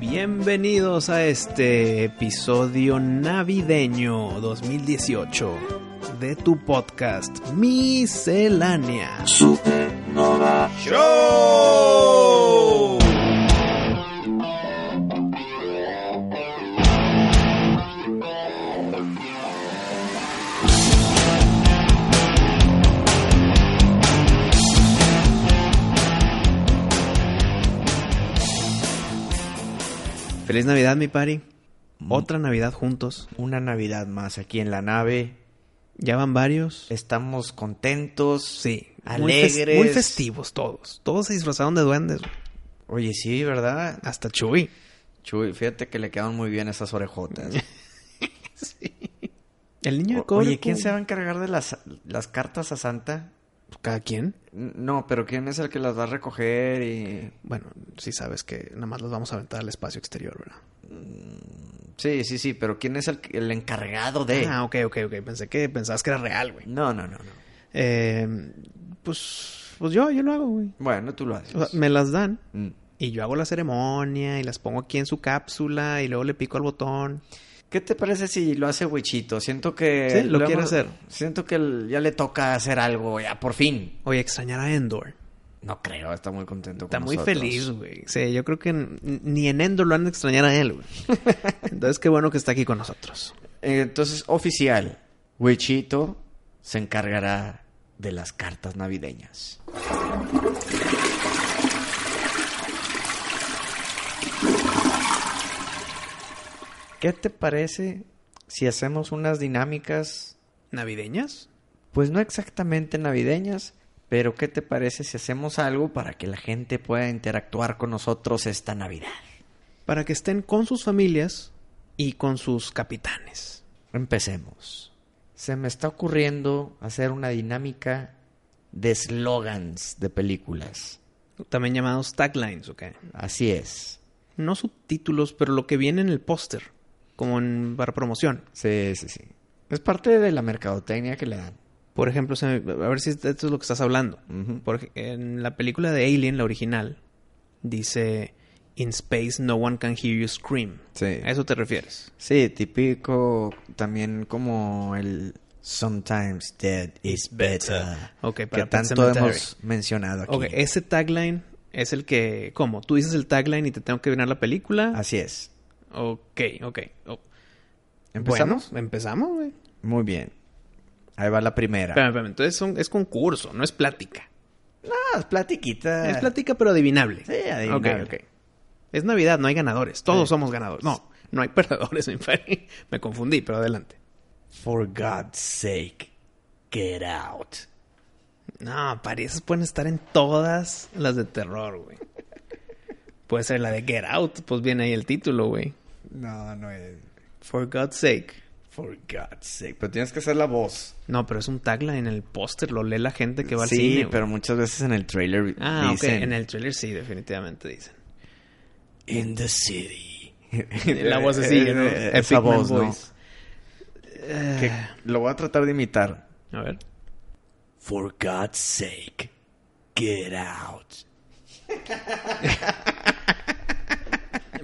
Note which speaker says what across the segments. Speaker 1: Bienvenidos a este episodio navideño 2018 de tu podcast Miscelánea
Speaker 2: Supernova.
Speaker 1: Show. Feliz Navidad, mi pari. Otra Navidad juntos.
Speaker 3: Una Navidad más aquí en la nave.
Speaker 1: Ya van varios.
Speaker 3: Estamos contentos.
Speaker 1: Sí. muy fes-
Speaker 3: Alegres.
Speaker 1: Muy festivos todos. Todos se disfrazaron de duendes. güey.
Speaker 3: Oye, sí, ¿verdad?
Speaker 1: Hasta Chuy.
Speaker 3: Chuy, fíjate que le quedan muy bien esas orejotas.
Speaker 1: El niño de
Speaker 3: O-
Speaker 1: cobre.
Speaker 3: Oye, ¿quién
Speaker 1: ¿cómo?
Speaker 3: se va a encargar de las, las cartas a Santa?
Speaker 1: Cada quien.
Speaker 3: N- No, pero ¿quién es el que las va a recoger y...?
Speaker 1: Bueno, sí sabes que nada más los vamos a aventar al espacio exterior, ¿verdad?
Speaker 3: Sí, sí, sí, pero ¿quién es el, el encargado de...?
Speaker 1: Ah, ok, ok, ok. Pensé que pensabas que era real, güey.
Speaker 3: No, no, no, no.
Speaker 1: Eh, pues, pues yo, yo lo hago, güey.
Speaker 3: Bueno, tú lo haces.
Speaker 1: O sea, me las dan
Speaker 3: Mm.
Speaker 1: y yo hago la ceremonia y las pongo aquí en su cápsula y luego le pico al botón.
Speaker 3: ¿Qué te parece si lo hace Huichito? Siento que...
Speaker 1: Sí, lo
Speaker 3: lo
Speaker 1: quiere
Speaker 3: hemos-
Speaker 1: hacer.
Speaker 3: Siento que el- ya le toca hacer algo, ya, por fin.
Speaker 1: Oye, extrañar a Endor.
Speaker 3: No creo, está muy contento
Speaker 1: Está
Speaker 3: con
Speaker 1: muy
Speaker 3: nosotros.
Speaker 1: feliz, güey. Sí, yo creo que n- ni en Endor lo han de extrañar a él, güey. Entonces, qué bueno que está aquí con nosotros.
Speaker 3: Entonces, oficial, Wichito se encargará de las cartas navideñas. ¿Qué te parece si hacemos unas dinámicas,
Speaker 1: ¿Navideñas?
Speaker 3: pues no exactamente navideñas, pero qué te parece si hacemos algo para que la gente pueda interactuar con nosotros esta Navidad?
Speaker 1: Para que estén con sus familias y con sus capitanes.
Speaker 3: Empecemos. Se me está ocurriendo hacer una dinámica de slogans de películas.
Speaker 1: También llamados taglines, ¿ok?
Speaker 3: Así es.
Speaker 1: No subtítulos, pero lo que viene en el póster. Como en, para promoción.
Speaker 3: Sí, sí, sí. Es parte de la mercadotecnia que le dan.
Speaker 1: Por ejemplo, se me- a ver si esto es lo que estás hablando. Por ej- en la película de Alien, la original, dice... In space no one can hear you scream.
Speaker 3: Sí.
Speaker 1: ¿A eso te refieres?
Speaker 3: Sí, típico también como el Sometimes dead is better.
Speaker 1: Ok,
Speaker 3: Que
Speaker 1: para Pet
Speaker 3: tanto
Speaker 1: Sematary.
Speaker 3: hemos mencionado aquí.
Speaker 1: Ok, ese tagline es el que... ¿Cómo? ¿Tú dices el tagline y te tengo que vinar la película?
Speaker 3: Así es.
Speaker 1: Ok, ok. Oh,
Speaker 3: ¿Empezamos?
Speaker 1: bueno, empezamos, güey.
Speaker 3: Muy bien. Ahí va la primera.
Speaker 1: Espérame, espérame. Entonces son- es concurso, no es plática.
Speaker 3: Ah, es platiquita.
Speaker 1: Es plática, pero adivinable.
Speaker 3: Sí, adivinable.
Speaker 1: Ok, ok. Es Navidad, no hay ganadores. Todos somos ganadores. No, no hay perdedores, mi padre. Me confundí, pero adelante.
Speaker 3: For God's sake, get out.
Speaker 1: No, pari, esas pueden estar en todas las de terror, güey. Puede ser la de Get Out, pues viene ahí el título, güey.
Speaker 3: No, no es.
Speaker 1: For God's sake.
Speaker 3: For God's sake. Pero tienes que hacer la voz.
Speaker 1: No, pero es un tagline en el póster, lo lee la gente que va
Speaker 3: sí,
Speaker 1: al cine. güey.
Speaker 3: pero muchas veces en el trailer
Speaker 1: Ah,
Speaker 3: dicen
Speaker 1: ok. En el trailer sí, definitivamente dicen.
Speaker 3: In the city.
Speaker 1: La voz así, ¿no? Epic
Speaker 3: Esa
Speaker 1: Man
Speaker 3: voz, ¿no?
Speaker 1: voice.
Speaker 3: Que lo voy a tratar de imitar.
Speaker 1: A ver.
Speaker 3: For God's sake, get out.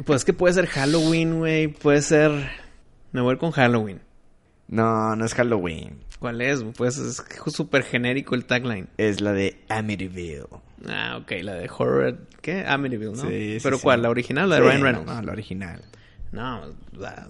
Speaker 1: Pues es que puede ser Halloween, güey. Puede ser. Me voy a ir con Halloween.
Speaker 3: No, no es Halloween.
Speaker 1: ¿Cuál es? Pues es súper genérico el tagline.
Speaker 3: Es la de Amityville.
Speaker 1: Ah, ok, la de Horror. ¿Qué? Amityville, ¿no?
Speaker 3: Sí, sí,
Speaker 1: ¿Pero
Speaker 3: sí.
Speaker 1: cuál? ¿La original? ¿La de
Speaker 3: Sí,
Speaker 1: Ryan Reynolds?
Speaker 3: No, la original.
Speaker 1: No, la-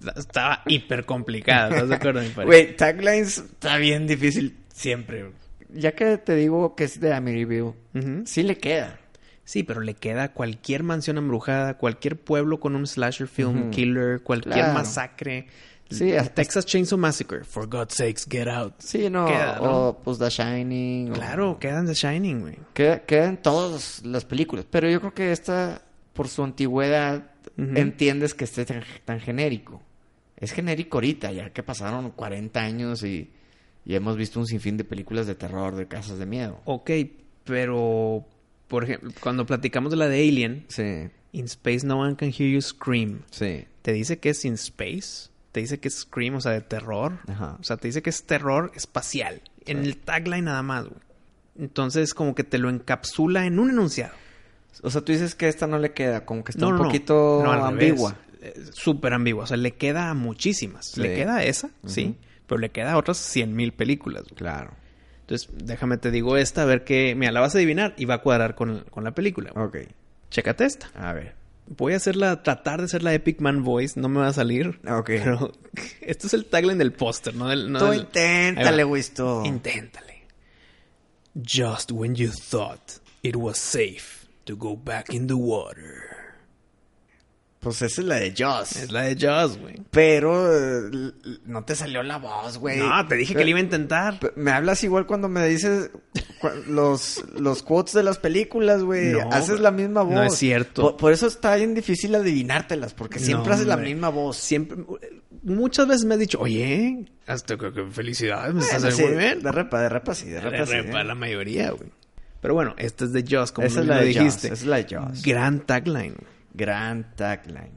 Speaker 1: la- estaba hiper complicada. ¿Estás de acuerdo, mi padre?
Speaker 3: Güey, taglines está bien difícil siempre. güey. Ya que te digo que es de Amityville,
Speaker 1: Ujú.
Speaker 3: sí le queda.
Speaker 1: Sí, pero le queda a cualquier mansión embrujada, cualquier pueblo con un slasher film
Speaker 3: Ujú.
Speaker 1: killer, cualquier
Speaker 3: Claro.
Speaker 1: masacre.
Speaker 3: Sí, hasta-
Speaker 1: Texas Chainsaw Massacre. For God's sakes, get out.
Speaker 3: Sí, no,
Speaker 1: Queda, ¿no?
Speaker 3: o pues The Shining. o-
Speaker 1: Claro, quedan The Shining, güey.
Speaker 3: que- quedan todas las películas, pero yo creo que esta, por su antigüedad,
Speaker 1: Ujú.
Speaker 3: entiendes que esté tan, tan genérico. Es genérico ahorita, ya que pasaron 40 años y, y hemos visto un sinfín de películas de terror, de casas de miedo.
Speaker 1: Ok, pero por ejemplo, cuando platicamos de la de Alien,
Speaker 3: Sí,
Speaker 1: In Space No One Can Hear You Scream,
Speaker 3: sí.
Speaker 1: te dice que es In Space, te dice que es Scream, o sea, de terror,
Speaker 3: Ajá.
Speaker 1: o sea, te dice que es terror espacial, en el tagline nada más, güey. Entonces como que te lo encapsula en un enunciado.
Speaker 3: O sea, tú dices que esta no le queda, como que está
Speaker 1: No,
Speaker 3: un
Speaker 1: no, no.
Speaker 3: poquito
Speaker 1: No, al
Speaker 3: ambigua.
Speaker 1: revés. Eh, Súper ambigua. O sea, le queda a muchísimas.
Speaker 3: Sí.
Speaker 1: Le queda a esa, sí. Pero le queda a otras 100 mil películas. güey.
Speaker 3: Claro.
Speaker 1: Entonces, déjame te digo esta, a ver qué. Mira, la vas a adivinar y va a cuadrar con, con la película. güey.
Speaker 3: Ok.
Speaker 1: Chécate esta.
Speaker 3: A ver.
Speaker 1: Voy a hacerla, tratar de hacer la Epic Man Voice. No me va a salir.
Speaker 3: Ah, Ok.
Speaker 1: Pero esto es el tagline del póster, ¿no? Del- no
Speaker 3: tú
Speaker 1: del-
Speaker 3: inténtale,
Speaker 1: Ahí va.
Speaker 3: Wisto.
Speaker 1: Inténtale. Just when you thought it was safe to go back in the water.
Speaker 3: Pues esa es la de Joss.
Speaker 1: Es la de Jaws, güey.
Speaker 3: Pero eh, l- l- no te salió la voz, güey.
Speaker 1: No, te dije que
Speaker 3: Eh,
Speaker 1: le iba a intentar.
Speaker 3: P- Me hablas igual cuando me dices cua- los, los quotes de las películas, güey.
Speaker 1: No,
Speaker 3: haces
Speaker 1: güey.
Speaker 3: la misma voz.
Speaker 1: No es cierto.
Speaker 3: Por, por eso está bien difícil adivinártelas, porque siempre
Speaker 1: No,
Speaker 3: haces la
Speaker 1: hombre.
Speaker 3: misma voz.
Speaker 1: Siempre, muchas veces me has dicho, oye, hasta que, que felicidades, me estás
Speaker 3: Bueno, sí,
Speaker 1: haciendo muy bien.
Speaker 3: De repa, de repa sí, de
Speaker 1: Re-
Speaker 3: repa, sí.
Speaker 1: repa,
Speaker 3: ¿eh?
Speaker 1: la mayoría, güey. Pero bueno, esta es de Jaws, como
Speaker 3: Esa
Speaker 1: tú
Speaker 3: es la
Speaker 1: mismo
Speaker 3: de Jaws,
Speaker 1: dijiste.
Speaker 3: esa es la de Jaws.
Speaker 1: Gran tagline.
Speaker 3: Gran tagline.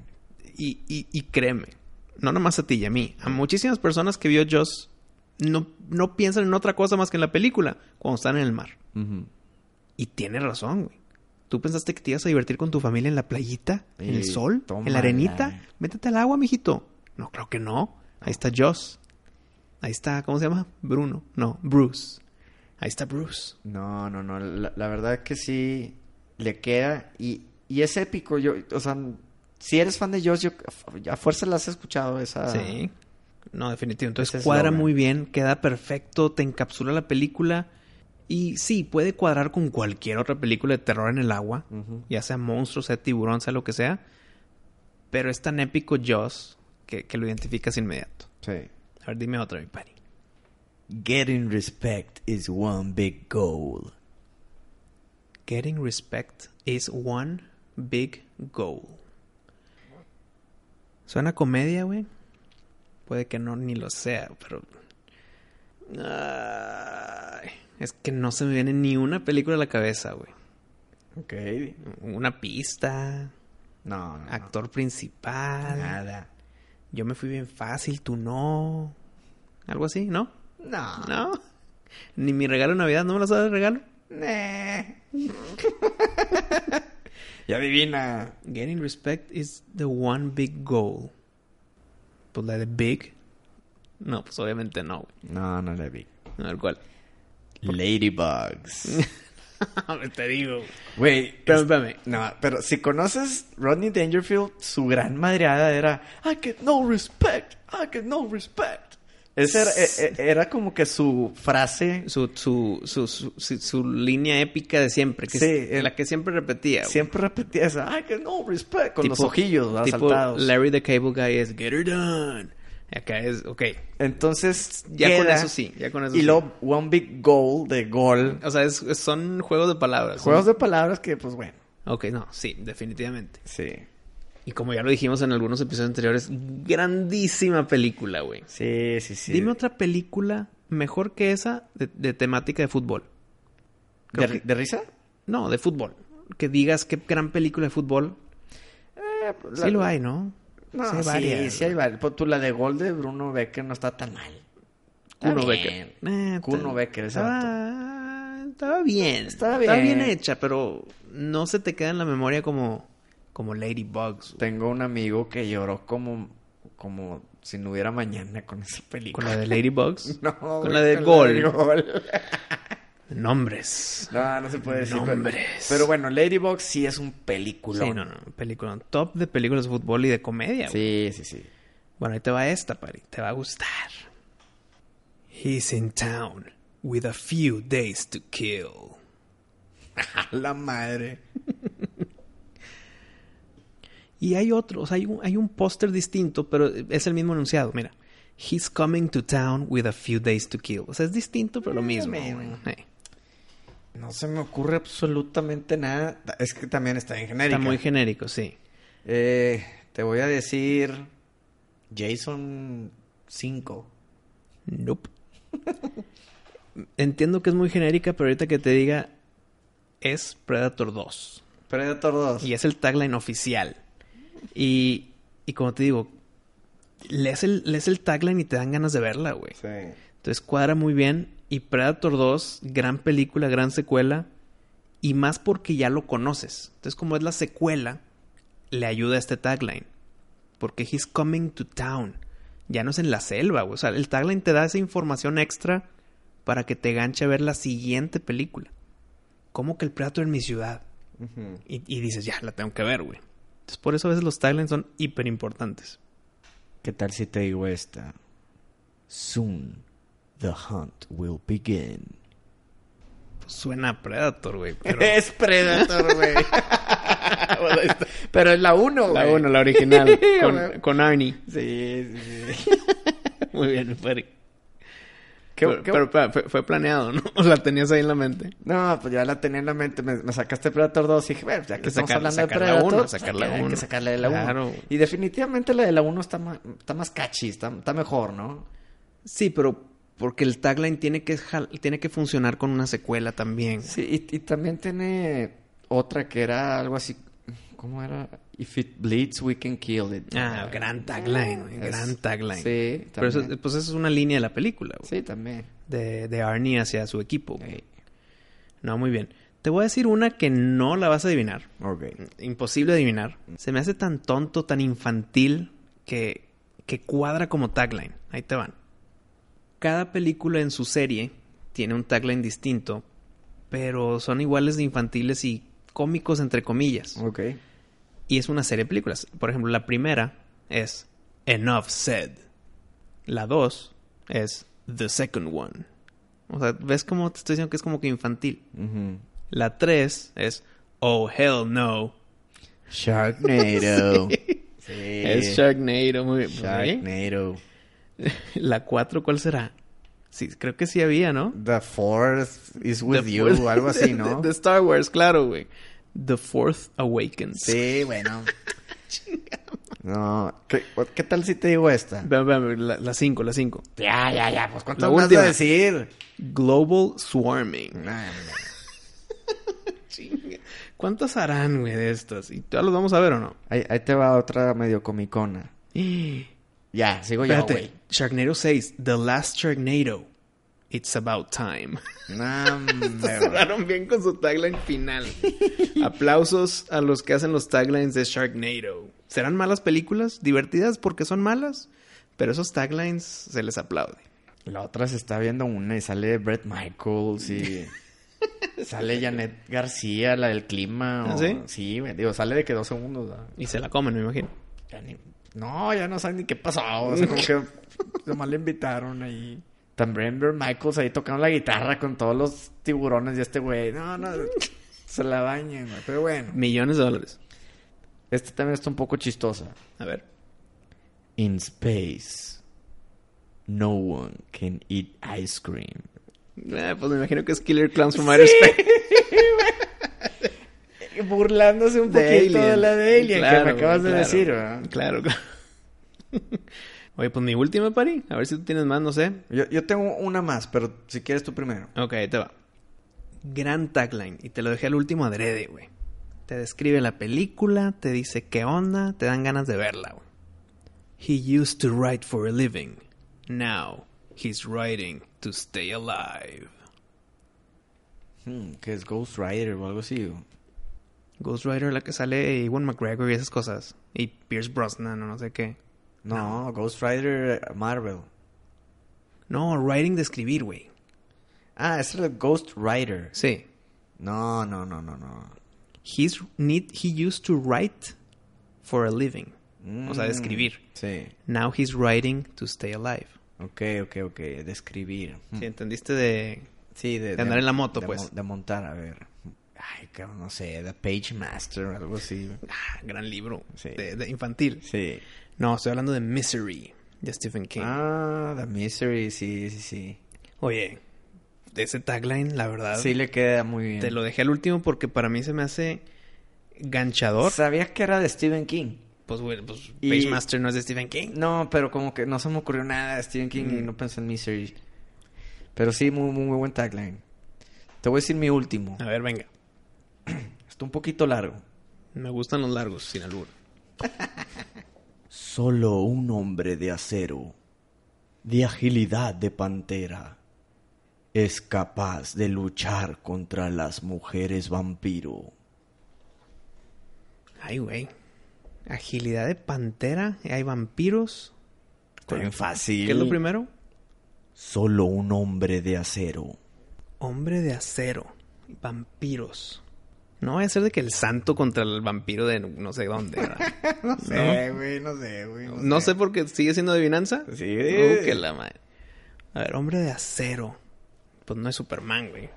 Speaker 1: Y, y, y créeme, no nomás a ti y a mí, a muchísimas personas que vio Jaws no, no piensan en otra cosa más que en la película cuando están en el mar. Y tiene razón, güey. ¿Tú pensaste que te ibas a divertir con tu familia en la playita? ¿En
Speaker 3: Y
Speaker 1: el sol? ¿En
Speaker 3: tómala.
Speaker 1: la arenita? Métete al agua, mijito. No, creo que no. Ahí está Joss. Ahí está, ¿cómo se llama? Bruno. No, Bruce. Ahí está Bruce.
Speaker 3: No, no, no. La, la verdad que sí le queda. Y, y es épico. Yo, o sea, si eres fan de Joss, yo, a fuerza la has escuchado esa.
Speaker 1: Sí. No, definitivo. Entonces
Speaker 3: Ah. Ese es
Speaker 1: cuadra
Speaker 3: Logan.
Speaker 1: muy bien, queda perfecto, te encapsula la película. Y sí, puede cuadrar con cualquier otra película de terror en el agua,
Speaker 3: Ujú.
Speaker 1: ya sea monstruo, sea tiburón, sea lo que sea. Pero es tan épico Joss que, que lo identificas inmediato.
Speaker 3: Sí.
Speaker 1: A ver, dime otra, mi pani.
Speaker 3: Getting respect is one big goal.
Speaker 1: Getting respect is one big goal. Suena a comedia, güey. Puede que no ni lo sea, pero. Ay, es que no se me viene ni una película a la cabeza, güey.
Speaker 3: Ok.
Speaker 1: Una pista,
Speaker 3: No, no, no.
Speaker 1: actor principal.
Speaker 3: Nada.
Speaker 1: Yo me fui bien fácil, tú no. Algo así, ¿no?
Speaker 3: No.
Speaker 1: No. Ni mi regalo de Navidad, ¿no me lo sabes de regalo?
Speaker 3: Nah. ya adivina.
Speaker 1: Getting respect is the one big goal. Pues la de big. No, pues obviamente no, güey.
Speaker 3: No, no la vi.
Speaker 1: A ver cuál.
Speaker 3: Ladybugs.
Speaker 1: Te digo.
Speaker 3: Güey,
Speaker 1: Pero
Speaker 3: es-
Speaker 1: espérame.
Speaker 3: No, pero si conoces Rodney Dangerfield, su gran madreada era I get no respect, I get no respect. Esa era, e- e- era como que su frase
Speaker 1: Su, su, su, su, su- su línea épica de siempre. Que
Speaker 3: Sí,
Speaker 1: es-
Speaker 3: el-
Speaker 1: la que siempre repetía. güey.
Speaker 3: Siempre repetía esa, I get no respect, con los
Speaker 1: Tipo-
Speaker 3: ojillos ¿verdad?
Speaker 1: Tipo
Speaker 3: saltados.
Speaker 1: Larry the Cable Guy es Get Her Done. Acá es, ok.
Speaker 3: Entonces,
Speaker 1: Ya con
Speaker 3: queda,
Speaker 1: eso sí, ya con eso
Speaker 3: Y
Speaker 1: sí.
Speaker 3: luego, one big goal de gol.
Speaker 1: O sea, es- es- son juegos de palabras.
Speaker 3: Juegos
Speaker 1: ¿no?
Speaker 3: de palabras que, pues bueno,
Speaker 1: Ok, no, sí, definitivamente.
Speaker 3: sí.
Speaker 1: Y como ya lo dijimos en algunos episodios anteriores, grandísima película, güey.
Speaker 3: Sí, sí, sí.
Speaker 1: Dime otra película mejor que esa de, de temática de fútbol.
Speaker 3: ¿De,
Speaker 1: creo que-
Speaker 3: de risa?
Speaker 1: No, de fútbol. Que digas qué gran película de fútbol.
Speaker 3: Eh, pues La-
Speaker 1: Sí lo hay, ¿no?
Speaker 3: No,
Speaker 1: Sí
Speaker 3: sí,
Speaker 1: hay varias,
Speaker 3: sí hay varias. Pues, tú, la de gol de Bruno Becker no está tan mal. Está
Speaker 1: Kuno
Speaker 3: bien.
Speaker 1: Becker. Eh,
Speaker 3: Kuno Becker,
Speaker 1: Ah. estaba, estaba bien.
Speaker 3: Estaba
Speaker 1: Estaba bien
Speaker 3: bien.
Speaker 1: hecha, pero no se te queda en la memoria como, como Ladybugs. güey.
Speaker 3: Tengo un amigo que lloró como, como si no hubiera mañana con esa película.
Speaker 1: Con la de Ladybugs.
Speaker 3: No,
Speaker 1: con
Speaker 3: güey,
Speaker 1: la de Gol.
Speaker 3: Gol.
Speaker 1: Nombres.
Speaker 3: No, no se puede decir. pero-
Speaker 1: Nombres.
Speaker 3: Pero bueno, Ladybox sí es un película.
Speaker 1: Sí, no, no. Película. Top de películas de fútbol y de comedia. güey.
Speaker 3: sí, sí, sí.
Speaker 1: Bueno, ahí te va esta, Pari. Te va a gustar. He's in town with a few days to kill.
Speaker 3: A la madre.
Speaker 1: Y hay otro, o sea, hay un, hay un póster distinto, pero es el mismo enunciado. Mira, he's coming to town with a few days to kill. O sea, es distinto, pero lo mismo.
Speaker 3: mira.
Speaker 1: güey. Eh,
Speaker 3: No se me ocurre absolutamente nada. Es que también está en genérico.
Speaker 1: Está muy genérico, sí.
Speaker 3: Eh, te voy a decir Jason 5.
Speaker 1: Nope. Entiendo que es muy genérica, pero ahorita que te diga, es Predator 2.
Speaker 3: Predator 2.
Speaker 1: Y es el tagline oficial. Y, y como te digo, lees el, lees el tagline y te dan ganas de verla, güey.
Speaker 3: Sí.
Speaker 1: Entonces cuadra muy bien. Y Predator 2, gran película, gran secuela. Y más porque ya lo conoces. Entonces, como es la secuela, le ayuda a este tagline. Porque he's coming to town. Ya no es en la selva, güey. O sea, el tagline te da esa información extra para que te ganche a ver la siguiente película. Como que el plato en mi ciudad?
Speaker 3: Ujú.
Speaker 1: Y, y dices, ya, la tengo que ver, güey. Entonces, por eso a veces los taglines son hiper importantes.
Speaker 3: ¿Qué tal si te digo esta? Soon the hunt will begin.
Speaker 1: Pues suena a Predator, güey. Pero...
Speaker 3: Es Predator, güey. Bueno, ahí está. Pero es la 1,
Speaker 1: La
Speaker 3: güey.
Speaker 1: uno, la original. con,
Speaker 3: güey.
Speaker 1: con Arnie.
Speaker 3: Sí, sí, sí.
Speaker 1: Muy bien, mi Ferry.
Speaker 3: Qué-
Speaker 1: pero,
Speaker 3: qué-
Speaker 1: pero, pa- fue, fue planeado, ¿no? O la tenías ahí en la mente.
Speaker 3: No, pues ya la tenía en la mente. Me, me sacaste Predator 2 y dije, bueno, ya que estamos
Speaker 1: Sacar-
Speaker 3: hablando de
Speaker 1: sacar la
Speaker 3: Predator,
Speaker 1: uno, sacar la
Speaker 3: hay que- hay
Speaker 1: uno.
Speaker 3: que sacarle de la 1.
Speaker 1: Claro.
Speaker 3: Y definitivamente la de la 1 está más, está más catchy, está, está mejor, ¿no?
Speaker 1: Sí, pero porque el tagline tiene que, jal- tiene que funcionar con una secuela también.
Speaker 3: Sí, y, y también tiene otra que era algo así, ¿cómo era? If it bleeds, we can kill it.
Speaker 1: Ah, gran tagline, güey,
Speaker 3: Es-
Speaker 1: gran tagline.
Speaker 3: Sí, también.
Speaker 1: Pero eso, pues eso es una línea de la película, güey.
Speaker 3: Sí, también.
Speaker 1: De, de Arnie hacia su equipo. güey.
Speaker 3: Ey,
Speaker 1: No, muy bien. Te voy a decir una que no la vas a adivinar.
Speaker 3: Ok.
Speaker 1: Imposible adivinar. Se me hace tan tonto, tan infantil, que, que cuadra como tagline. Ahí te van. Cada película en su serie tiene un tagline distinto, pero son iguales de infantiles y cómicos, entre comillas.
Speaker 3: Ok.
Speaker 1: Y es una serie de películas. Por ejemplo, la primera es Enough Said. La dos es The Second One. O sea, ¿ves cómo te estoy diciendo que es como que infantil?
Speaker 3: Ujú.
Speaker 1: La tres es Oh Hell No.
Speaker 3: Sharknado. sí.
Speaker 1: Es Sharknado, muy bien.
Speaker 3: Eh, Sharknado.
Speaker 1: La 4, ¿cuál será? Sí, creo que sí había, ¿no?
Speaker 3: The Fourth is with
Speaker 1: The
Speaker 3: Pues you,
Speaker 1: Fourth-
Speaker 3: o algo así, ¿no?
Speaker 1: De, de Star Wars, claro, güey. The Fourth Awakens.
Speaker 3: Sí, bueno. no. ¿Qué, qué tal si te digo esta?
Speaker 1: Ve- ve- La la cinco, la cinco.
Speaker 3: Ya, ya, ya. Pues
Speaker 1: La
Speaker 3: cuánto vas
Speaker 1: última.
Speaker 3: a decir.
Speaker 1: Global Swarming.
Speaker 3: Nah,
Speaker 1: Chinga. ¿Cuántas harán, güey, de estas? ¿Y todas las vamos a ver o no?
Speaker 3: ahí, ahí te va otra medio comicona. Ya, sigo
Speaker 1: Espérate.
Speaker 3: yo, güey.
Speaker 1: Sharknado 6, The Last Sharknado. It's about time.
Speaker 3: No, hombre, güey.
Speaker 1: Cerraron bien con su tagline final. Aplausos a los que hacen los taglines de Sharknado. ¿Serán malas películas? ¿Divertidas porque son malas? Pero esos taglines se les aplaude.
Speaker 3: La otra se está viendo una y sale Brett Michaels y... Sale Janet García, la del clima.
Speaker 1: ¿Ah,
Speaker 3: o-
Speaker 1: sí?
Speaker 3: Sí, güey, digo, sale de que dos segundos. ¿no?
Speaker 1: Y se la comen, me imagino.
Speaker 3: Ya ni- No, ya no saben ni qué pasó. O sea, como que nomás le invitaron ahí. También Brett Michaels ahí tocando la guitarra con todos los tiburones y este güey. No, no, se la bañan, güey. Pero bueno.
Speaker 1: Millones de dólares.
Speaker 3: Esta también está un poco chistosa.
Speaker 1: A ver.
Speaker 3: In space, no one can eat ice cream.
Speaker 1: Eh, pues me imagino que es Killer Clowns from Outer Space.
Speaker 3: Burlándose un poquito de la de Alien que me acabas de decir, ¿verdad?
Speaker 1: Claro, claro. Oye, pues mi última, Pari. A ver si tú tienes más, no sé.
Speaker 3: Yo, yo tengo una más, pero si quieres tú primero.
Speaker 1: Ok, ahí te va. Gran tagline. Y te lo dejé al último adrede, güey. Te describe la película, te dice qué onda, te dan ganas de verla, güey. He used to write for a living. Now he's writing to stay alive.
Speaker 3: Hmm, que es Ghost Rider o algo así. o-
Speaker 1: Ghost Rider, la que sale Ewan McGregor y esas cosas. Y Pierce Brosnan o no sé qué.
Speaker 3: No, Ghost Rider eh, Marvel.
Speaker 1: No, writing de escribir, güey.
Speaker 3: Ah, es el Ghost Rider.
Speaker 1: Sí.
Speaker 3: No, no, no, no, no.
Speaker 1: He's need, he used to write for a living. O sea, de escribir.
Speaker 3: Hmm. Sí.
Speaker 1: Now he's writing to stay alive.
Speaker 3: Ok, ok, ok. De escribir. Hmm.
Speaker 1: Sí, entendiste de...
Speaker 3: Sí,
Speaker 1: De andar en la moto,
Speaker 3: de
Speaker 1: pues.
Speaker 3: mon- De montar, a ver. Ay, cabrón, no sé. The Page Master o algo así.
Speaker 1: Ah, gran libro.
Speaker 3: Sí.
Speaker 1: De, de infantil.
Speaker 3: Sí.
Speaker 1: No, estoy hablando de Misery de Stephen King.
Speaker 3: Ah, The Mystery, sí, sí, sí.
Speaker 1: Oye, ese tagline, la verdad,
Speaker 3: Sí, le queda muy bien.
Speaker 1: te lo dejé al último porque para mí se me hace ganchador.
Speaker 3: ¿Sabías que era de Stephen King?
Speaker 1: Pues bueno, pues
Speaker 3: Y-
Speaker 1: Page Master no es de Stephen King.
Speaker 3: No, pero como que no se me ocurrió nada de Stephen King y no pensé en Mystery. Pero sí, muy, muy, muy buen tagline. Te voy a decir mi último.
Speaker 1: A ver, venga.
Speaker 3: Está un poquito largo.
Speaker 1: Me gustan los largos, sin albur.
Speaker 3: Solo un hombre de acero, de agilidad de pantera es capaz de luchar contra las mujeres vampiro.
Speaker 1: Ay, güey. Agilidad de pantera. Hay vampiros.
Speaker 3: Está bien fácil.
Speaker 1: ¿Qué es lo primero?
Speaker 3: Solo un hombre de acero.
Speaker 1: Hombre de acero. Vampiros. No vaya a ser de que el santo contra el vampiro de no sé dónde. ¿verdad?
Speaker 4: No sé, güey, no sé, güey.
Speaker 1: No sé por qué sigue siendo adivinanza.
Speaker 3: Sí.
Speaker 1: Uh, que la madre. A ver, hombre de acero. Pues no es Superman, güey.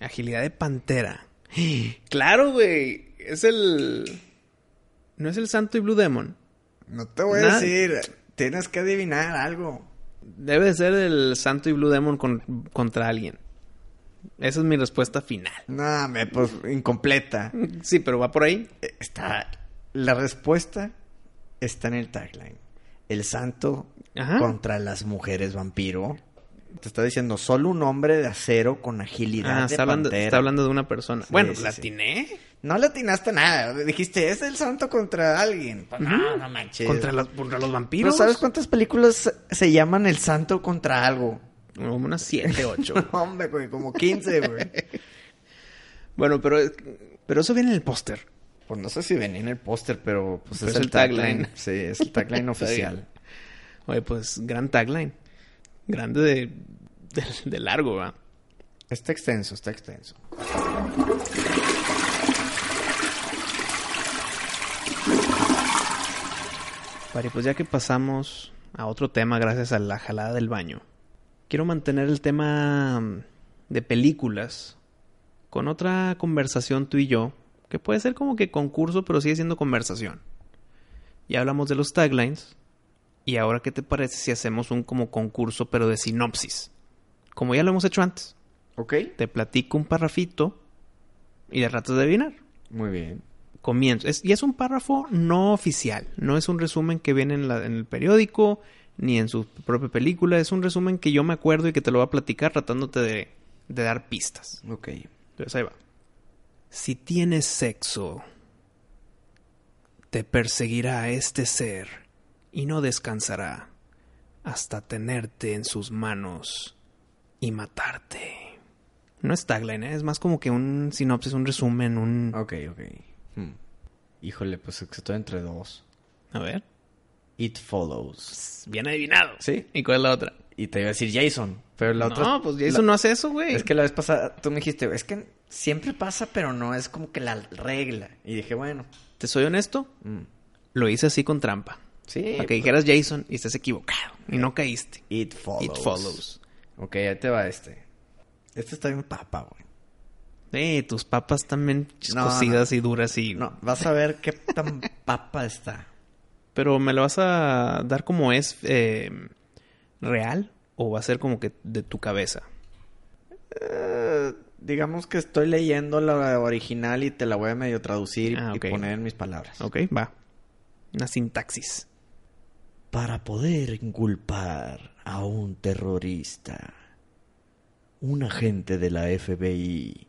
Speaker 1: Agilidad de pantera. Claro, güey. Es el. No es el Santo y Blue Demon.
Speaker 4: No te voy
Speaker 1: Nada.
Speaker 4: a decir. Tienes que adivinar algo.
Speaker 1: Debe de ser el Santo y Blue Demon con- contra alguien. Esa es mi respuesta final.
Speaker 4: No, me, pues, incompleta.
Speaker 1: Sí, pero va por ahí.
Speaker 4: Eh, Está. La respuesta está en el tagline. El santo
Speaker 1: Ajá.
Speaker 4: contra las mujeres vampiro. Te está diciendo solo un hombre de acero con agilidad
Speaker 1: Ah,
Speaker 4: de
Speaker 1: está hablando,
Speaker 4: pantera.
Speaker 1: está hablando de una persona.
Speaker 4: Sí,
Speaker 1: bueno,
Speaker 4: sí,
Speaker 1: la
Speaker 4: sí.
Speaker 1: atiné.
Speaker 4: No le atinaste nada. Dijiste, es el santo contra alguien. Pues, No,
Speaker 1: Ujú.
Speaker 4: no manches.
Speaker 1: Contra los, contra los
Speaker 4: ¿No
Speaker 1: vampiros.
Speaker 4: sabes cuántas películas se llaman el santo contra algo?
Speaker 1: Como unas 7, 8.
Speaker 4: Hombre, güey, como 15, güey.
Speaker 1: bueno, pero, es- pero eso viene en el póster.
Speaker 4: Pues no sé si venía en el póster, pero pues
Speaker 1: Pero
Speaker 4: es, el tagline. Sí, es el tagline
Speaker 1: Está
Speaker 4: oficial.
Speaker 1: Oye, pues gran tagline. Grande de, de- de largo, ¿va?
Speaker 4: Está extenso, está extenso.
Speaker 1: Vale, pues ya que pasamos a otro tema gracias a la jalada del baño, quiero mantener el tema mm, de películas con otra conversación tú y yo, que puede ser como que concurso, pero sigue siendo conversación. Ya hablamos de los taglines, y ahora qué te parece si hacemos un como concurso, pero de sinopsis, como ya lo hemos hecho antes.
Speaker 4: ¿Ok?
Speaker 1: Te platico un parrafito y de rato de adivinar
Speaker 4: Muy bien.
Speaker 1: comienzo. Es- y es un párrafo no oficial, no es un resumen que viene en, la- en el periódico ni en su propia película, es un resumen que yo me acuerdo y que te lo voy a platicar tratándote de, de dar pistas.
Speaker 3: Ok.
Speaker 1: Entonces ahí va. Si tienes sexo, te perseguirá este ser y no descansará hasta tenerte en sus manos y matarte. No es tagline, ¿eh? es más como que un sinopsis, un resumen, un...
Speaker 4: Ok, ok. Hmm. Híjole, pues estoy entre dos.
Speaker 1: A ver.
Speaker 4: It follows.
Speaker 1: Bien adivinado.
Speaker 4: Sí.
Speaker 1: ¿Y cuál es la otra?
Speaker 4: Y te iba a decir Jason, pero la otra.
Speaker 1: no, pues Jason
Speaker 4: la-
Speaker 1: no hace eso, güey.
Speaker 4: Es que la vez pasada tú me dijiste, es que siempre pasa, pero no es como que la regla. Y dije, bueno.
Speaker 1: Te soy honesto,
Speaker 4: mm.
Speaker 1: lo hice así con trampa.
Speaker 4: Sí.
Speaker 1: Para que dijeras Jason y estás equivocado. Y no caíste.
Speaker 4: It Eh, follows.
Speaker 1: It follows.
Speaker 4: Ok, ahí te va este. Este está bien papa, güey.
Speaker 1: Eh, tus papas también chis-
Speaker 4: No,
Speaker 1: cocidas y duras y...
Speaker 4: No, vas a ver qué tan papa está.
Speaker 1: Pero ¿me lo vas a dar como es eh, real? ¿O va a ser como que de tu cabeza?
Speaker 4: Eh, digamos que estoy leyendo la original y te la voy a medio traducir y-
Speaker 1: Ah,
Speaker 4: y
Speaker 1: ok.
Speaker 4: poner en mis palabras.
Speaker 1: Ok, va. Una sintaxis.
Speaker 3: Para poder inculpar a un terrorista, un agente de la FBI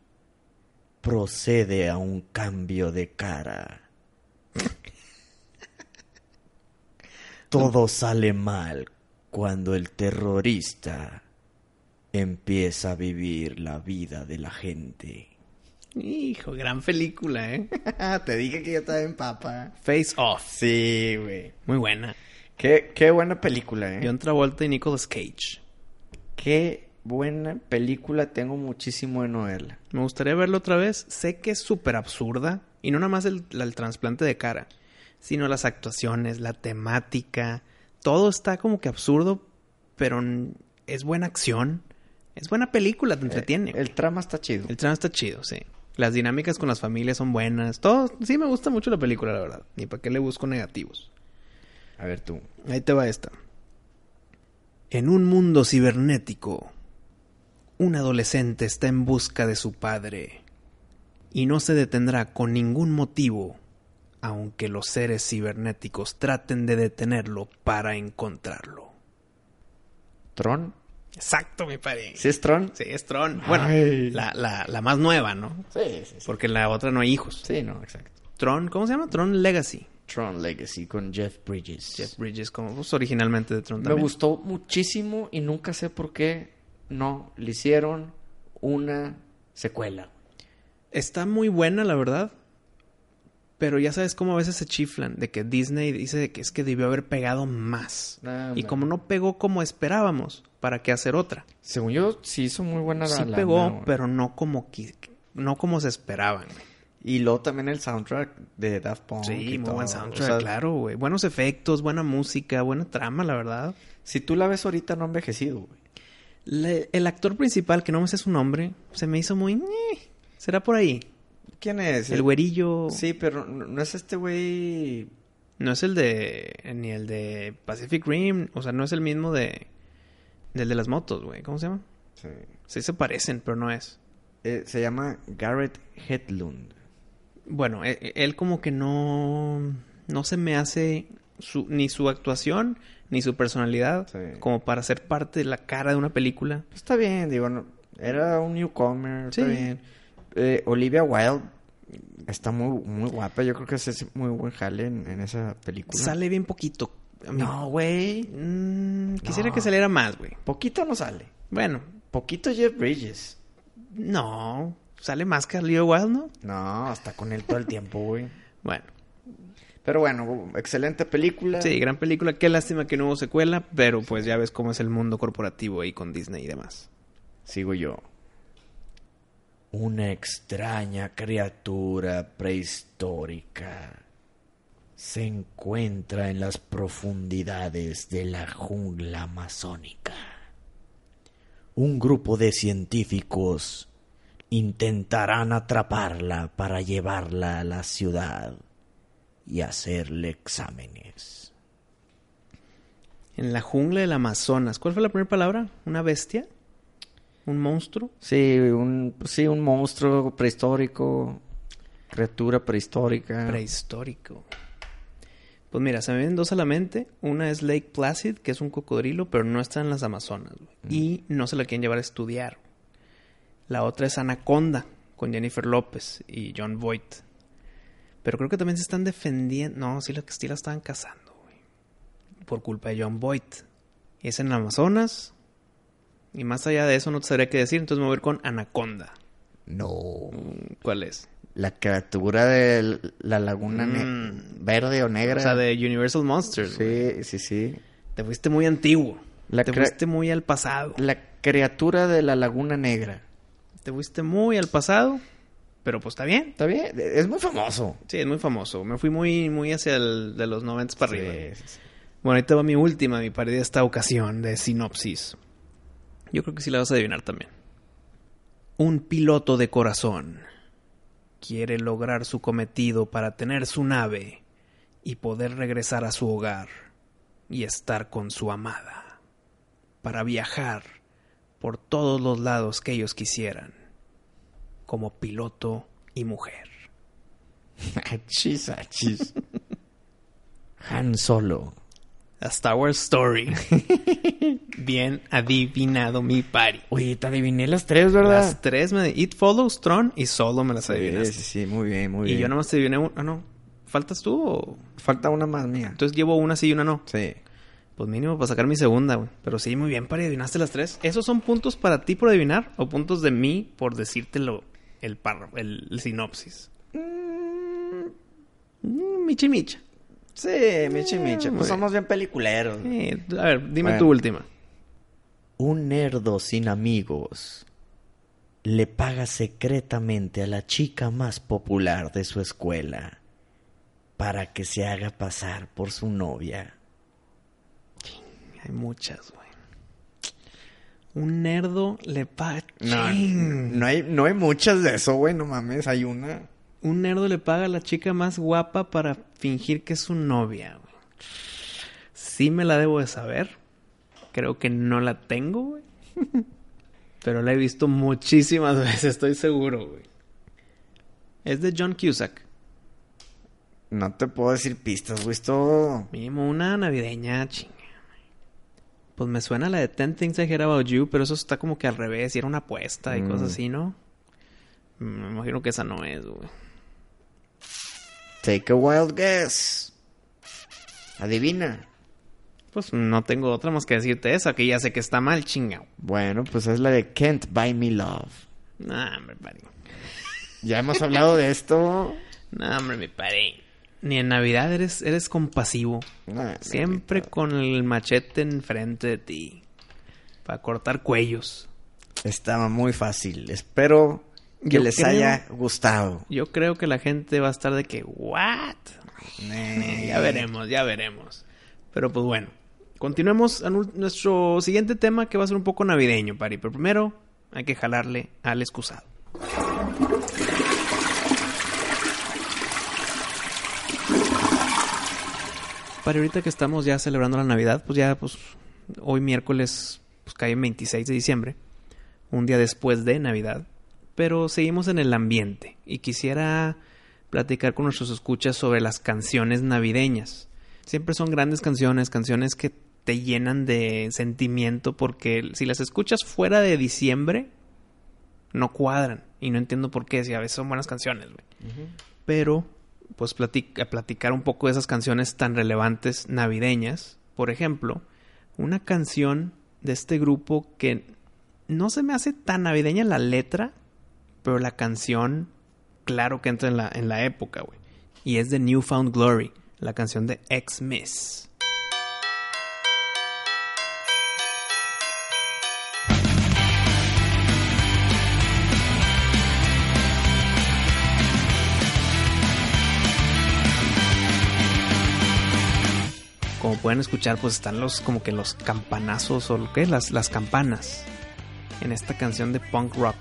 Speaker 3: procede a un cambio de cara. Todo sale mal cuando el terrorista empieza a vivir la vida de la gente.
Speaker 1: Hijo, gran película, ¿eh?
Speaker 4: te dije que ya estaba en papa.
Speaker 1: Face Off.
Speaker 4: Sí, güey.
Speaker 1: Muy buena.
Speaker 4: Qué, qué buena película, ¿eh?
Speaker 1: John Travolta y Nicolas Cage.
Speaker 4: Qué buena película. Tengo muchísimo de novela.
Speaker 1: Me gustaría verlo otra vez. Sé que es súper absurda. Y no nada más el, la- el trasplante de cara. Sino las actuaciones, la temática. Todo está como que absurdo. Pero n- es buena acción. Es buena película, te entretiene.
Speaker 4: Eh, El trama está chido.
Speaker 1: El trama está chido, sí. Las dinámicas con las familias son buenas. Todo. Sí, me gusta mucho la película, la verdad. Ni para qué le busco negativos.
Speaker 4: A ver tú.
Speaker 1: Ahí te va esta. En un mundo cibernético, un adolescente está en busca de su padre y no se detendrá con ningún motivo, aunque los seres cibernéticos traten de detenerlo para encontrarlo.
Speaker 4: ¿Tron?
Speaker 1: Exacto, mi padre.
Speaker 4: ¿Sí es Tron?
Speaker 1: Sí, es Tron. Bueno,
Speaker 4: Ay.
Speaker 1: la, la- la más nueva, ¿no?
Speaker 4: Sí, sí, sí.
Speaker 1: Porque en la otra no hay hijos.
Speaker 4: Sí, no, exacto.
Speaker 1: Tron, ¿cómo se llama? Tron Legacy.
Speaker 4: Tron Legacy con Jeff Bridges.
Speaker 1: Jeff Bridges, como pues, originalmente de Tron
Speaker 4: Me
Speaker 1: también.
Speaker 4: gustó muchísimo y nunca sé por qué
Speaker 3: no le hicieron una secuela.
Speaker 1: Está muy buena, la verdad. Pero ya sabes cómo a veces se chiflan de que Disney dice de que es que debió haber pegado más.
Speaker 3: No,
Speaker 1: y
Speaker 3: hombre.
Speaker 1: como no pegó como esperábamos, ¿para qué hacer otra?
Speaker 3: Según yo, sí hizo muy buena la
Speaker 1: Sí
Speaker 3: lana,
Speaker 1: pegó,
Speaker 3: güey.
Speaker 1: pero no como, qui- no como se esperaban. güey.
Speaker 3: Y luego también el soundtrack de Daft Punk. y
Speaker 1: Sí, muy
Speaker 3: todo.
Speaker 1: buen
Speaker 3: O
Speaker 1: soundtrack,
Speaker 3: sea,
Speaker 1: claro, güey. Buenos efectos, buena música, buena trama, la verdad.
Speaker 3: Si tú la ves ahorita, no ha envejecido, güey.
Speaker 1: Le- el actor principal, que no me sé su nombre, se me hizo muy... "Ñe". ¿Será por ahí?
Speaker 3: ¿Quién es?
Speaker 1: El güerillo...
Speaker 3: Sí, pero no no es este güey.
Speaker 1: No es el de... Ni el de Pacific Rim. O sea, no es el mismo de... Del de las motos, güey. ¿Cómo se llama?
Speaker 3: Sí.
Speaker 1: Sí se parecen, pero no es.
Speaker 3: Eh, se llama Garrett Hedlund.
Speaker 1: Bueno, e- e- él como que no... No se me hace su- ni su actuación, ni su personalidad,
Speaker 3: Sí.
Speaker 1: como para ser parte de la cara de una película.
Speaker 3: Está bien, digo, no- era un newcomer,
Speaker 1: Sí.
Speaker 3: está bien. Eh, Olivia Wilde está muy, muy guapa, yo creo que ese es muy buen jale en, en esa película.
Speaker 1: Sale bien poquito. A mí-
Speaker 3: No, güey.
Speaker 1: Mm, quisiera
Speaker 3: No.
Speaker 1: que saliera más, güey.
Speaker 3: Poquito no sale.
Speaker 1: Bueno,
Speaker 3: Poquito Jeff Bridges.
Speaker 1: no. Sale más que Leo Wild, ¿no?
Speaker 3: No, está con él todo el tiempo, güey.
Speaker 1: Bueno,
Speaker 3: Pero bueno, excelente película.
Speaker 1: sí, gran película. Qué lástima que no hubo secuela, pero pues ya ves cómo es el mundo corporativo ahí con Disney y demás.
Speaker 3: Sigo yo.
Speaker 4: Una extraña criatura prehistórica se encuentra en las profundidades de la jungla amazónica. Un grupo de científicos intentarán atraparla para llevarla a la ciudad y hacerle exámenes.
Speaker 1: En la jungla del Amazonas. ¿Cuál fue la primera palabra? ¿Una bestia? ¿Un monstruo?
Speaker 3: Sí, un, sí, un monstruo prehistórico, criatura
Speaker 1: Ah.
Speaker 3: prehistórica.
Speaker 1: Prehistórico. Pues mira, se me vienen dos a la mente. Una es Lake Placid, que es un cocodrilo, pero no está en las Amazonas. güey. Y no se la quieren llevar a estudiar. La otra es Anaconda, con Jennifer López y John Voight. Pero creo que también se están defendiendo. No, sí, la, sí la estaban cazando, güey. Por culpa de John Voight. Es en Amazonas. Y más allá de eso, no te sabría qué decir. Entonces me voy a ir con Anaconda.
Speaker 3: No.
Speaker 1: Mm, ¿Cuál es?
Speaker 3: La criatura de la laguna ne-
Speaker 1: Mm.
Speaker 3: verde o negra.
Speaker 1: O sea, de Universal Monsters. güey.
Speaker 3: Sí, sí, sí.
Speaker 1: Te fuiste muy antiguo.
Speaker 3: La
Speaker 1: te
Speaker 3: cre-
Speaker 1: fuiste muy al pasado.
Speaker 3: La criatura de la laguna negra.
Speaker 1: Te fuiste muy al pasado. Pero pues está bien.
Speaker 3: Está bien, es muy famoso.
Speaker 1: Sí, es muy famoso. Me fui muy, muy hacia el de los 90 para arriba.
Speaker 3: Sí, sí, sí.
Speaker 1: Bueno, ahorita va mi última, mi parodia de esta ocasión de sinopsis. Yo creo que sí la vas a adivinar también. Un piloto de corazón quiere lograr su cometido para tener su nave y poder regresar a su hogar y estar con su amada. Para viajar por todos los lados que ellos quisieran, como piloto y mujer.
Speaker 3: Achis, achis. Han Solo.
Speaker 1: A Star Wars Story. Bien adivinado mi pari.
Speaker 3: Oye, te adiviné las tres, ¿verdad?
Speaker 1: Las tres me It Follows, Tron y Solo me las adivinaste.
Speaker 3: Sí, sí, sí, muy bien, muy bien.
Speaker 1: Y yo nomás te adiviné una. Ah, no. ¿Faltas tú o...?
Speaker 3: Falta una más mía.
Speaker 1: Entonces llevo una sí y una no.
Speaker 3: Sí.
Speaker 1: Pues mínimo para sacar mi segunda, güey. Pero sí, muy bien, pari. Adivinaste las tres. ¿Esos son puntos para ti por adivinar o puntos de mí por decírtelo el párrafo, el, el sinopsis? Mm, Micha y micha.
Speaker 3: Sí, Michi Michi.
Speaker 1: Eh, muy
Speaker 3: Pues
Speaker 1: bien.
Speaker 3: somos bien peliculeros.
Speaker 1: Eh, a ver, dime
Speaker 3: Bueno.
Speaker 1: tu última.
Speaker 4: Un nerdo sin amigos le paga secretamente a la chica más popular de su escuela para que se haga pasar por su novia.
Speaker 1: Hay muchas, güey. Un nerdo le paga.
Speaker 3: No,
Speaker 1: Chin.
Speaker 3: no hay, no hay muchas de eso, güey, no mames, hay una.
Speaker 1: Un nerdo le paga a la chica más guapa para fingir que es su novia, güey. Sí me la debo de saber. Creo que no la tengo, güey. Pero la he visto muchísimas veces, estoy seguro, güey. Es de John Cusack.
Speaker 3: No te puedo decir pistas, güey, esto...
Speaker 1: Mínimo una navideña, chinga. Pues me suena la de Ten Things I Heard About You, pero eso está como que al revés, y era una apuesta y
Speaker 3: Mm.
Speaker 1: cosas así, ¿no? Mm, Me imagino que esa no es, güey.
Speaker 3: Take a wild guess. Adivina.
Speaker 1: Pues no tengo otra más que decirte esa, que ya sé que está mal, chingao.
Speaker 3: Bueno, pues es la de Can't Buy Me Love.
Speaker 1: Nah, hombre, pari.
Speaker 3: Ya hemos hablado de esto.
Speaker 1: Nah, hombre, mi pari. Ni en Navidad eres, eres compasivo.
Speaker 3: Nah,
Speaker 1: Siempre con el machete enfrente de ti. Para cortar cuellos.
Speaker 4: Estaba muy fácil. Espero que
Speaker 1: Yo
Speaker 4: les
Speaker 1: creo-
Speaker 4: haya gustado.
Speaker 1: Yo creo que la gente va a estar de que, ¿what? Eh, ya veremos, ya veremos. Pero pues bueno, continuemos a nu- nuestro siguiente tema que va a ser un poco navideño, Pari. Pero primero hay que jalarle al excusado. Pari, ahorita que estamos ya celebrando la Navidad, pues ya, pues hoy miércoles, pues cae en 26 de diciembre, un día después de Navidad. Pero seguimos en el ambiente y quisiera platicar con nuestros escuchas sobre las canciones navideñas. Siempre son grandes canciones, canciones que te llenan de sentimiento porque si las escuchas fuera de diciembre, no cuadran. Y no entiendo por qué, si a veces son buenas canciones, güey. Pero, pues platic- a platicar un poco de esas canciones tan relevantes navideñas. Por ejemplo, una canción de este grupo que no se me hace tan navideña la letra, pero la canción, claro que entra en la, en la época, güey. Y es de Newfound Glory, la canción de X-Miss. Como pueden escuchar, pues están los como que los campanazos o lo que es las, las campanas en esta canción de punk rock.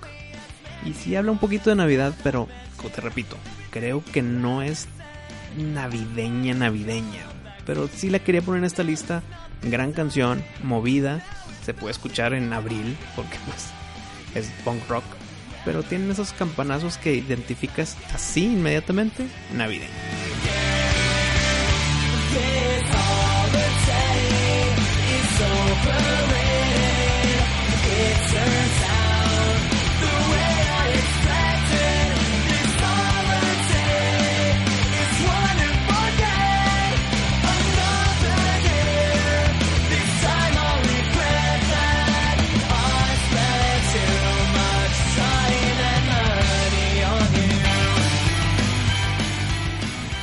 Speaker 1: Y sí habla un poquito de Navidad, pero como te repito, creo que no es navideña navideña. Pero sí la quería poner en esta lista. Gran canción, movida, se puede escuchar en abril porque pues es punk rock. Pero tienen esos campanazos que identificas así inmediatamente navideño.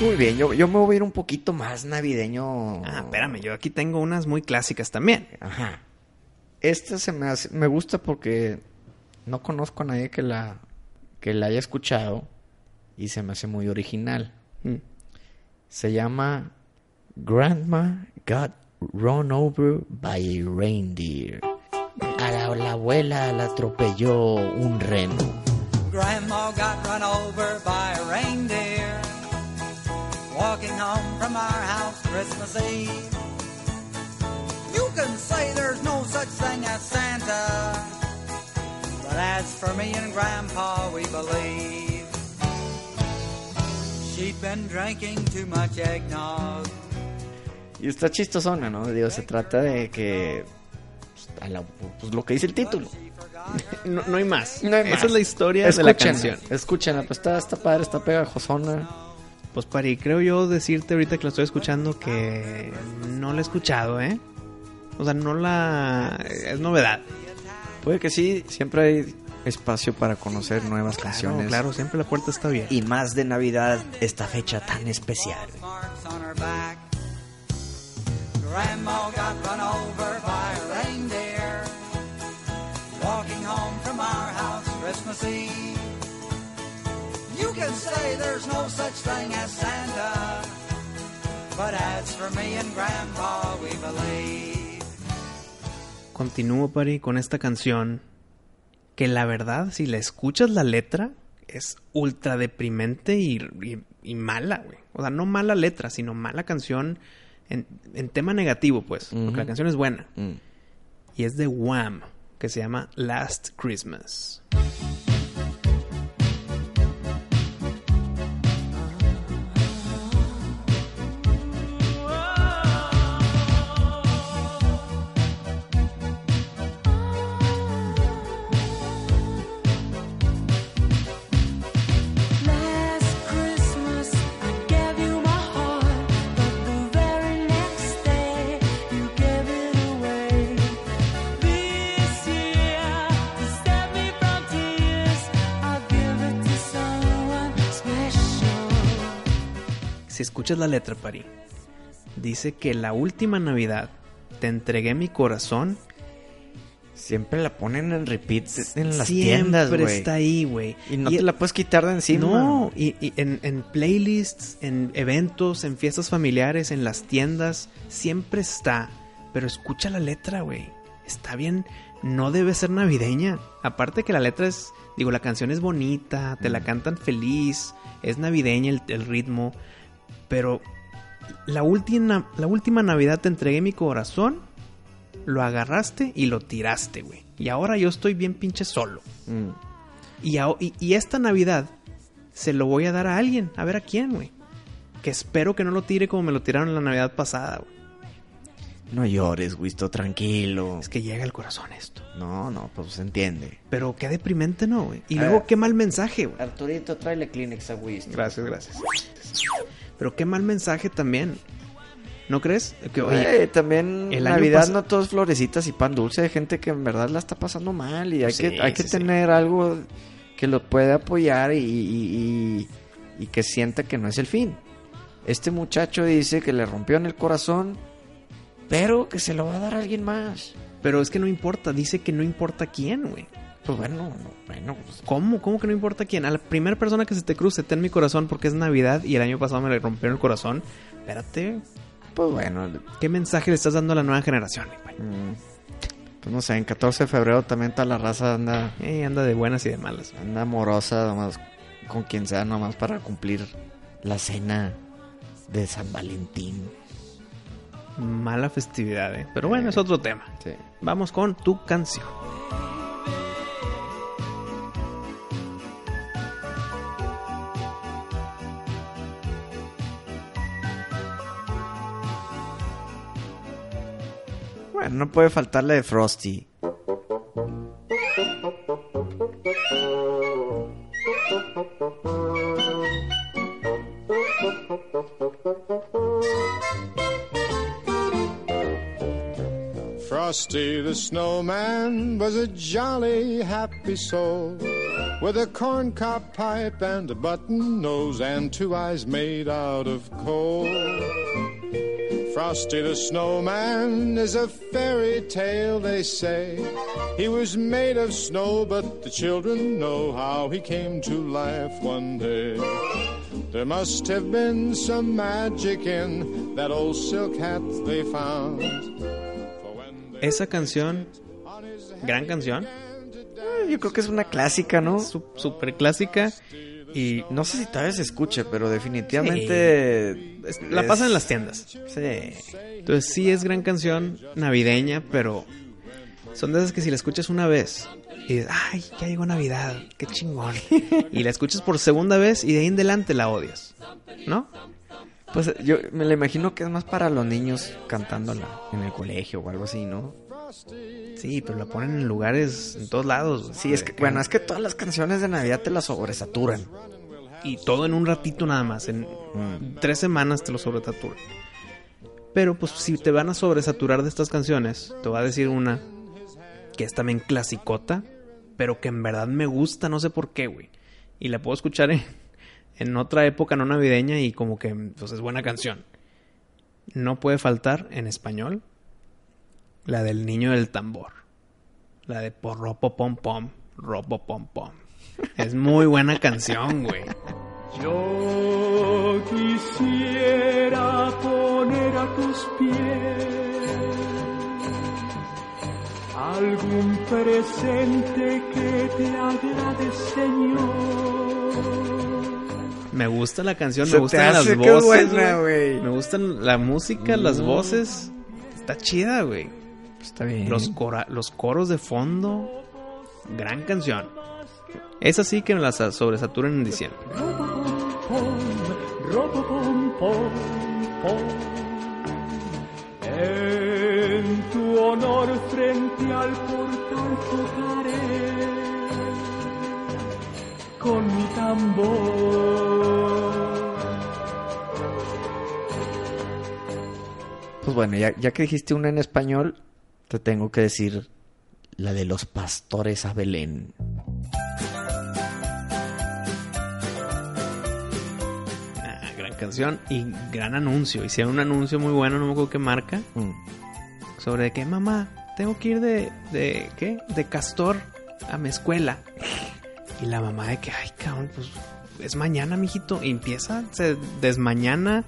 Speaker 3: Muy bien, yo, yo me voy a ir un poquito más navideño.
Speaker 1: Ah, espérame, yo aquí tengo unas muy clásicas también.
Speaker 3: Ajá. Esta se me hace- me gusta porque no conozco a nadie que la que la haya escuchado y se me hace muy original.
Speaker 1: Mm.
Speaker 3: Se llama Grandma Got Run Over by a Reindeer. A la, la abuela la atropelló un reno.
Speaker 5: Grandma got run over by a reindeer walking home from our house Christmas Eve. You can say there's no such thing as Santa, but as for me and Grandpa, we believe she'd been drinking too much eggnog.
Speaker 3: Y está chistosona, ¿no? Digo, se trata de que... pues, a la- pues, lo que dice el título.
Speaker 5: She forgot her
Speaker 1: No, no hay más.
Speaker 3: No hay más.
Speaker 1: Esa es la historia de la canción.
Speaker 3: Escúchenla, pues está, está padre, está pegajosona.
Speaker 1: Pues Pari, creo yo decirte ahorita que la estoy escuchando que no la he escuchado, ¿eh? O sea, no la... es novedad. Ah,
Speaker 4: Puede que sí, siempre hay espacio para conocer nuevas
Speaker 1: Claro,
Speaker 4: canciones.
Speaker 1: claro, siempre la puerta está abierta.
Speaker 4: Y más de Navidad, esta fecha tan especial.
Speaker 5: marks on her back. Grandma got run over by a reindeer. Walking home from our house Christmas Eve. You can say there's no such thing as Santa. But as for me and Grandpa, we believe.
Speaker 1: Continúo, Pari, con esta canción que la verdad, si la escuchas la letra, es ultra deprimente y, y- y mala, güey. O sea, no mala letra, sino mala canción en, en tema negativo, pues. Porque la canción es buena. Y es de Wham, que se llama Last Christmas.
Speaker 6: Last Christmas I gave you my heart, but the very next day you gave
Speaker 1: si escuchas la letra, Pari, dice que la última Navidad te entregué mi corazón.
Speaker 4: Siempre la ponen en repeat en las
Speaker 1: siempre
Speaker 4: tiendas, güey.
Speaker 1: está ahí, güey.
Speaker 4: Y no te la puedes quitar de encima.
Speaker 1: No, y, y en, en playlists, en eventos, en fiestas familiares, en las tiendas, siempre está. Pero escucha la letra, güey. Está bien, no debe ser navideña. Aparte que la letra es, digo, la canción es bonita, te la cantan feliz, es navideña el, el ritmo. Pero la última, la última Navidad te entregué mi corazón, lo agarraste y lo tiraste, güey. Y ahora yo estoy bien pinche solo.
Speaker 4: Mm.
Speaker 1: Y, ao- y- y esta Navidad se lo voy a dar a alguien. A ver a quién, güey. Que espero que no lo tire como me lo tiraron la Navidad pasada, güey.
Speaker 3: No llores, Wisto, tranquilo.
Speaker 1: Es que llega al corazón esto.
Speaker 3: No, no, pues se entiende.
Speaker 1: Pero qué deprimente, ¿no, güey? Y
Speaker 4: A
Speaker 1: luego
Speaker 4: ver.
Speaker 1: qué mal mensaje, güey.
Speaker 4: Arturito, tráele Kleenex a Wisto.
Speaker 1: Ah. Gracias, gracias. Pero qué mal mensaje también. ¿No crees? Que, oye,
Speaker 4: Eh, también
Speaker 1: el año
Speaker 4: Navidad
Speaker 1: pas-
Speaker 4: no todos florecitas y pan dulce. Hay gente que en verdad la está pasando mal y hay
Speaker 1: Sí,
Speaker 4: que, hay que
Speaker 1: sí, sí.
Speaker 4: tener algo que lo pueda apoyar y, y- y- y que sienta que no es el fin. Este muchacho dice que le rompió en el corazón, pero que se lo va a dar a alguien más.
Speaker 1: pero es que no importa. Dice que no importa quién, güey.
Speaker 4: Pues bueno, no, bueno, pues,
Speaker 1: ¿Cómo? ¿Cómo que no importa quién? A la primera persona que se te cruce, ten mi corazón porque es Navidad y el año pasado me le rompieron el corazón. Espérate,
Speaker 4: pues bueno.
Speaker 1: ¿qué mensaje le estás dando a la nueva generación, mi güey?
Speaker 4: mm, Pues no sé, en 14 de febrero también toda la raza anda,
Speaker 1: Eh, anda de buenas y de malas.
Speaker 4: anda amorosa, nomás con quien sea, nomás para cumplir la cena de San Valentín.
Speaker 1: Mala festividad, eh. Pero bueno, es otro tema.
Speaker 4: Sí.
Speaker 1: Vamos con tu canción.
Speaker 4: Bueno, no puede faltar la de Frosty.
Speaker 7: Frosty the Snowman was a jolly, happy soul with a corncob pipe and a button nose and two eyes made out of coal. Frosty the Snowman is a fairy tale, they say. He was made of snow, but the children know how he came to life one day. There must have been some magic in that old silk hat they found. For when they
Speaker 1: Esa canción, gran canción,
Speaker 4: Yo creo que es una clásica, ¿no?
Speaker 1: su- súper clásica. Y
Speaker 4: No sé si todavía se escuche, pero definitivamente...
Speaker 1: es- la pasan en las tiendas.
Speaker 4: Sí.
Speaker 1: Entonces, sí es gran canción navideña, pero son de esas que si la escuchas una vez y dices, ay, ya llegó Navidad, qué chingón. Y la escuchas por segunda vez y de ahí en adelante la odias, ¿no?
Speaker 4: Pues yo me la imagino que es más para los niños cantándola en el colegio o algo así, ¿no?
Speaker 1: Sí, pero la ponen en lugares en todos lados. güey.
Speaker 4: Sí, es que, bueno, es que todas las canciones de Navidad te las sobresaturan.
Speaker 1: Y todo en un ratito nada más. En tres semanas te lo sobretaturan. Pero pues si te van a sobresaturar de estas canciones, te voy a decir una que es también clasicota, pero que en verdad me gusta, no sé por qué, güey. Y la puedo escuchar en, en otra época no navideña y como que pues es buena canción. No puede faltar en español la del niño del tambor. La de por ropo pom pom, ropo pom pom. Es muy buena canción, güey.
Speaker 2: Yo quisiera poner a tus pies algún presente que te agrade, Señor.
Speaker 1: Me gusta la canción,
Speaker 4: Se
Speaker 1: me
Speaker 4: te
Speaker 1: gustan las
Speaker 4: hace que
Speaker 1: voces.
Speaker 4: buena,
Speaker 1: güey.
Speaker 4: güey. Mm.
Speaker 1: Me gustan la música, las voces. Está chida, güey.
Speaker 3: Pues
Speaker 4: Está bien.
Speaker 1: Los, cora- los coros de fondo. Gran canción. Es así que me las sobresaturan en diciembre.
Speaker 2: Robo pom pom pom. En tu honor frente al portal tocaré con mi tambor.
Speaker 4: Pues bueno, ya, ya que dijiste una en español, te tengo que decir
Speaker 3: La de los pastores a Belén.
Speaker 1: Ah, gran canción y gran anuncio. Hicieron un anuncio muy bueno, no me acuerdo qué marca,
Speaker 4: Mm.
Speaker 1: sobre de que mamá, tengo que ir de, de, ¿qué? De castor a mi escuela. Y la mamá de que, ay, cabrón, pues es mañana, mijito. Y empieza, se desmañana,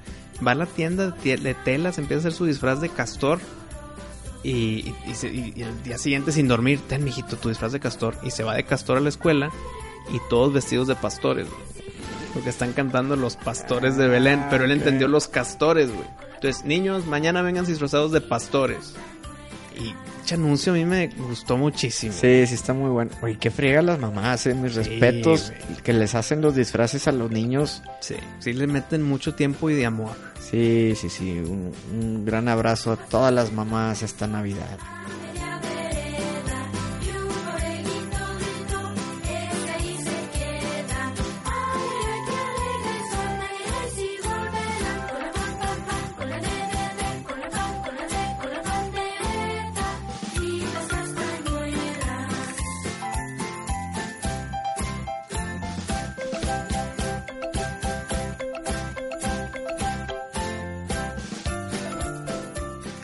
Speaker 1: va a la tienda de tie- de telas, empieza a hacer su disfraz de castor. Y, y- y se- y- y el día siguiente, sin dormir, ten, mijito, tu disfraz de castor. Y se va de castor a la escuela y todos vestidos de pastores, güey. Porque están cantando los pastores de Belén, pero él entendió los castores, güey. Entonces, niños, mañana vengan disfrazados de pastores. Y ese anuncio a mí me gustó muchísimo.
Speaker 3: Sí, sí está muy bueno. Oye, qué friega las mamás, eh, mis
Speaker 1: Sí,
Speaker 3: respetos que les hacen los disfraces a los niños.
Speaker 1: Sí, sí le meten mucho tiempo y de amor.
Speaker 3: Sí, sí, sí, un, un gran abrazo a todas las mamás esta Navidad.
Speaker 6: la vereda y un borreguito gritó, "Ese ahí se queda". Alegre, que alegre son, alegre si volverán. Con la pan, pan, pan, con la ne, ne, ne, con la pan, con la ne, con la pandereta y las castañuelas.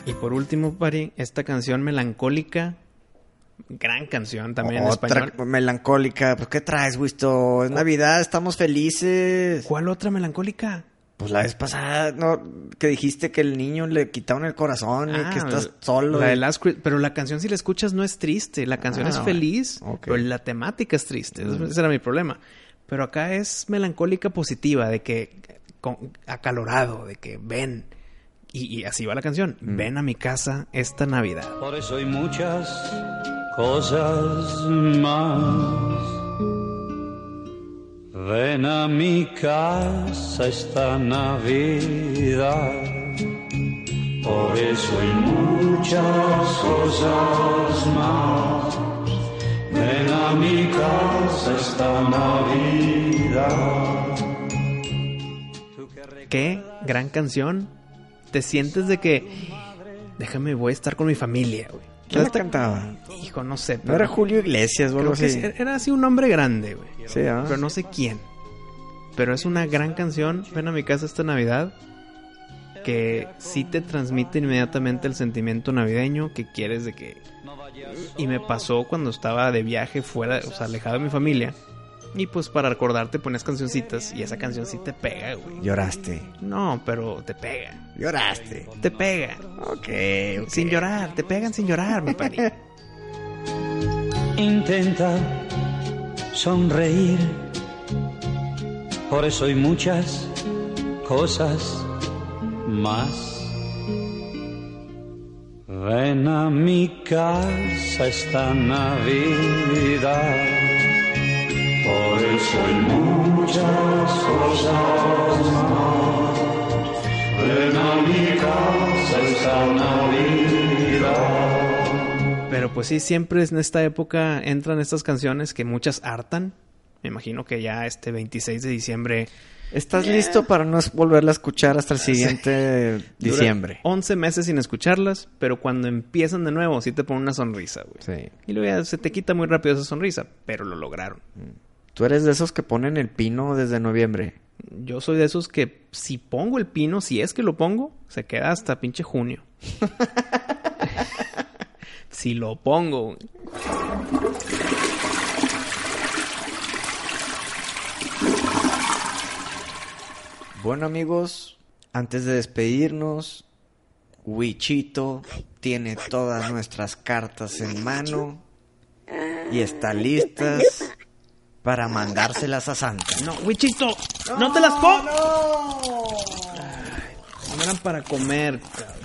Speaker 1: Y por último, Pari, esta canción melancólica, gran canción también en
Speaker 3: Otra
Speaker 1: español.
Speaker 3: melancólica, pues ¿qué traes, Wisto? Es Navidad, estamos felices.
Speaker 1: ¿Cuál otra melancólica?
Speaker 3: Pues la vez pasada, no, que dijiste que el niño le quitaron el corazón y
Speaker 1: Ah,
Speaker 3: que estás solo.
Speaker 1: la de
Speaker 3: y-
Speaker 1: Last Christ- pero la canción si la escuchas no es triste, la canción
Speaker 3: Ah,
Speaker 1: es
Speaker 3: bueno.
Speaker 1: feliz,
Speaker 3: Ok. Mm.
Speaker 1: pero la temática es triste, Ese- ese era mi problema. Pero acá es melancólica positiva, de que con- acalorado, de que ven. Y, y así va la canción,
Speaker 3: Mm.
Speaker 1: ven a mi casa esta Navidad.
Speaker 2: Por eso hay muchas cosas más. Ven a mi casa esta Navidad. Por eso hay muchas cosas más. Ven a mi casa esta Navidad.
Speaker 1: Qué gran canción. Te sientes de que déjame voy a estar con mi familia, güey.
Speaker 3: ¿Quién la
Speaker 1: Esta-
Speaker 3: cantaba?
Speaker 1: Hijo, no sé,
Speaker 3: ¿No era
Speaker 1: pero
Speaker 3: Julio Iglesias o algo
Speaker 1: creo que
Speaker 3: así?
Speaker 1: sí, era así un hombre grande, güey.
Speaker 3: Sí, ¿ah?
Speaker 1: pero no sé quién. Pero es una gran canción, ven a mi casa esta Navidad, que sí te transmite inmediatamente el sentimiento navideño que quieres de que... Y me pasó cuando estaba de viaje fuera, o sea, alejado de mi familia. Y pues para recordarte pones cancioncitas y esa canción sí te pega, güey.
Speaker 4: Lloraste.
Speaker 1: No, pero te pega.
Speaker 4: Lloraste.
Speaker 1: Te pega.
Speaker 4: Ok.
Speaker 1: Sin llorar, te pegan sin llorar, mi pani.
Speaker 2: Intenta sonreír. Por eso hay muchas cosas más. Ven a mi casa esta Navidad. Por eso hay muchas cosas más. Ven a mi casa esta Navidad.
Speaker 1: Pero pues sí, siempre en esta época entran estas canciones que muchas hartan. Me imagino que ya este 26 de diciembre.
Speaker 3: ¿Estás listo para no es- volverla a escuchar hasta el siguiente
Speaker 1: dura
Speaker 3: diciembre?
Speaker 1: 11 meses sin escucharlas, pero cuando empiezan de nuevo sí te ponen una sonrisa, güey.
Speaker 3: Sí.
Speaker 1: Y luego ya se te quita muy rápido esa sonrisa, pero lo lograron.
Speaker 3: Tú eres de esos que ponen el pino desde noviembre.
Speaker 1: Yo soy de esos que si pongo el pino, si es que lo pongo, se queda hasta pinche junio. si lo pongo. güey.
Speaker 3: Bueno, amigos, antes de despedirnos, Wichito tiene todas nuestras cartas en mano y está listas para mandárselas a Santa.
Speaker 1: No, Wichito, no, te las pongo. No. eran para comer, cabrón.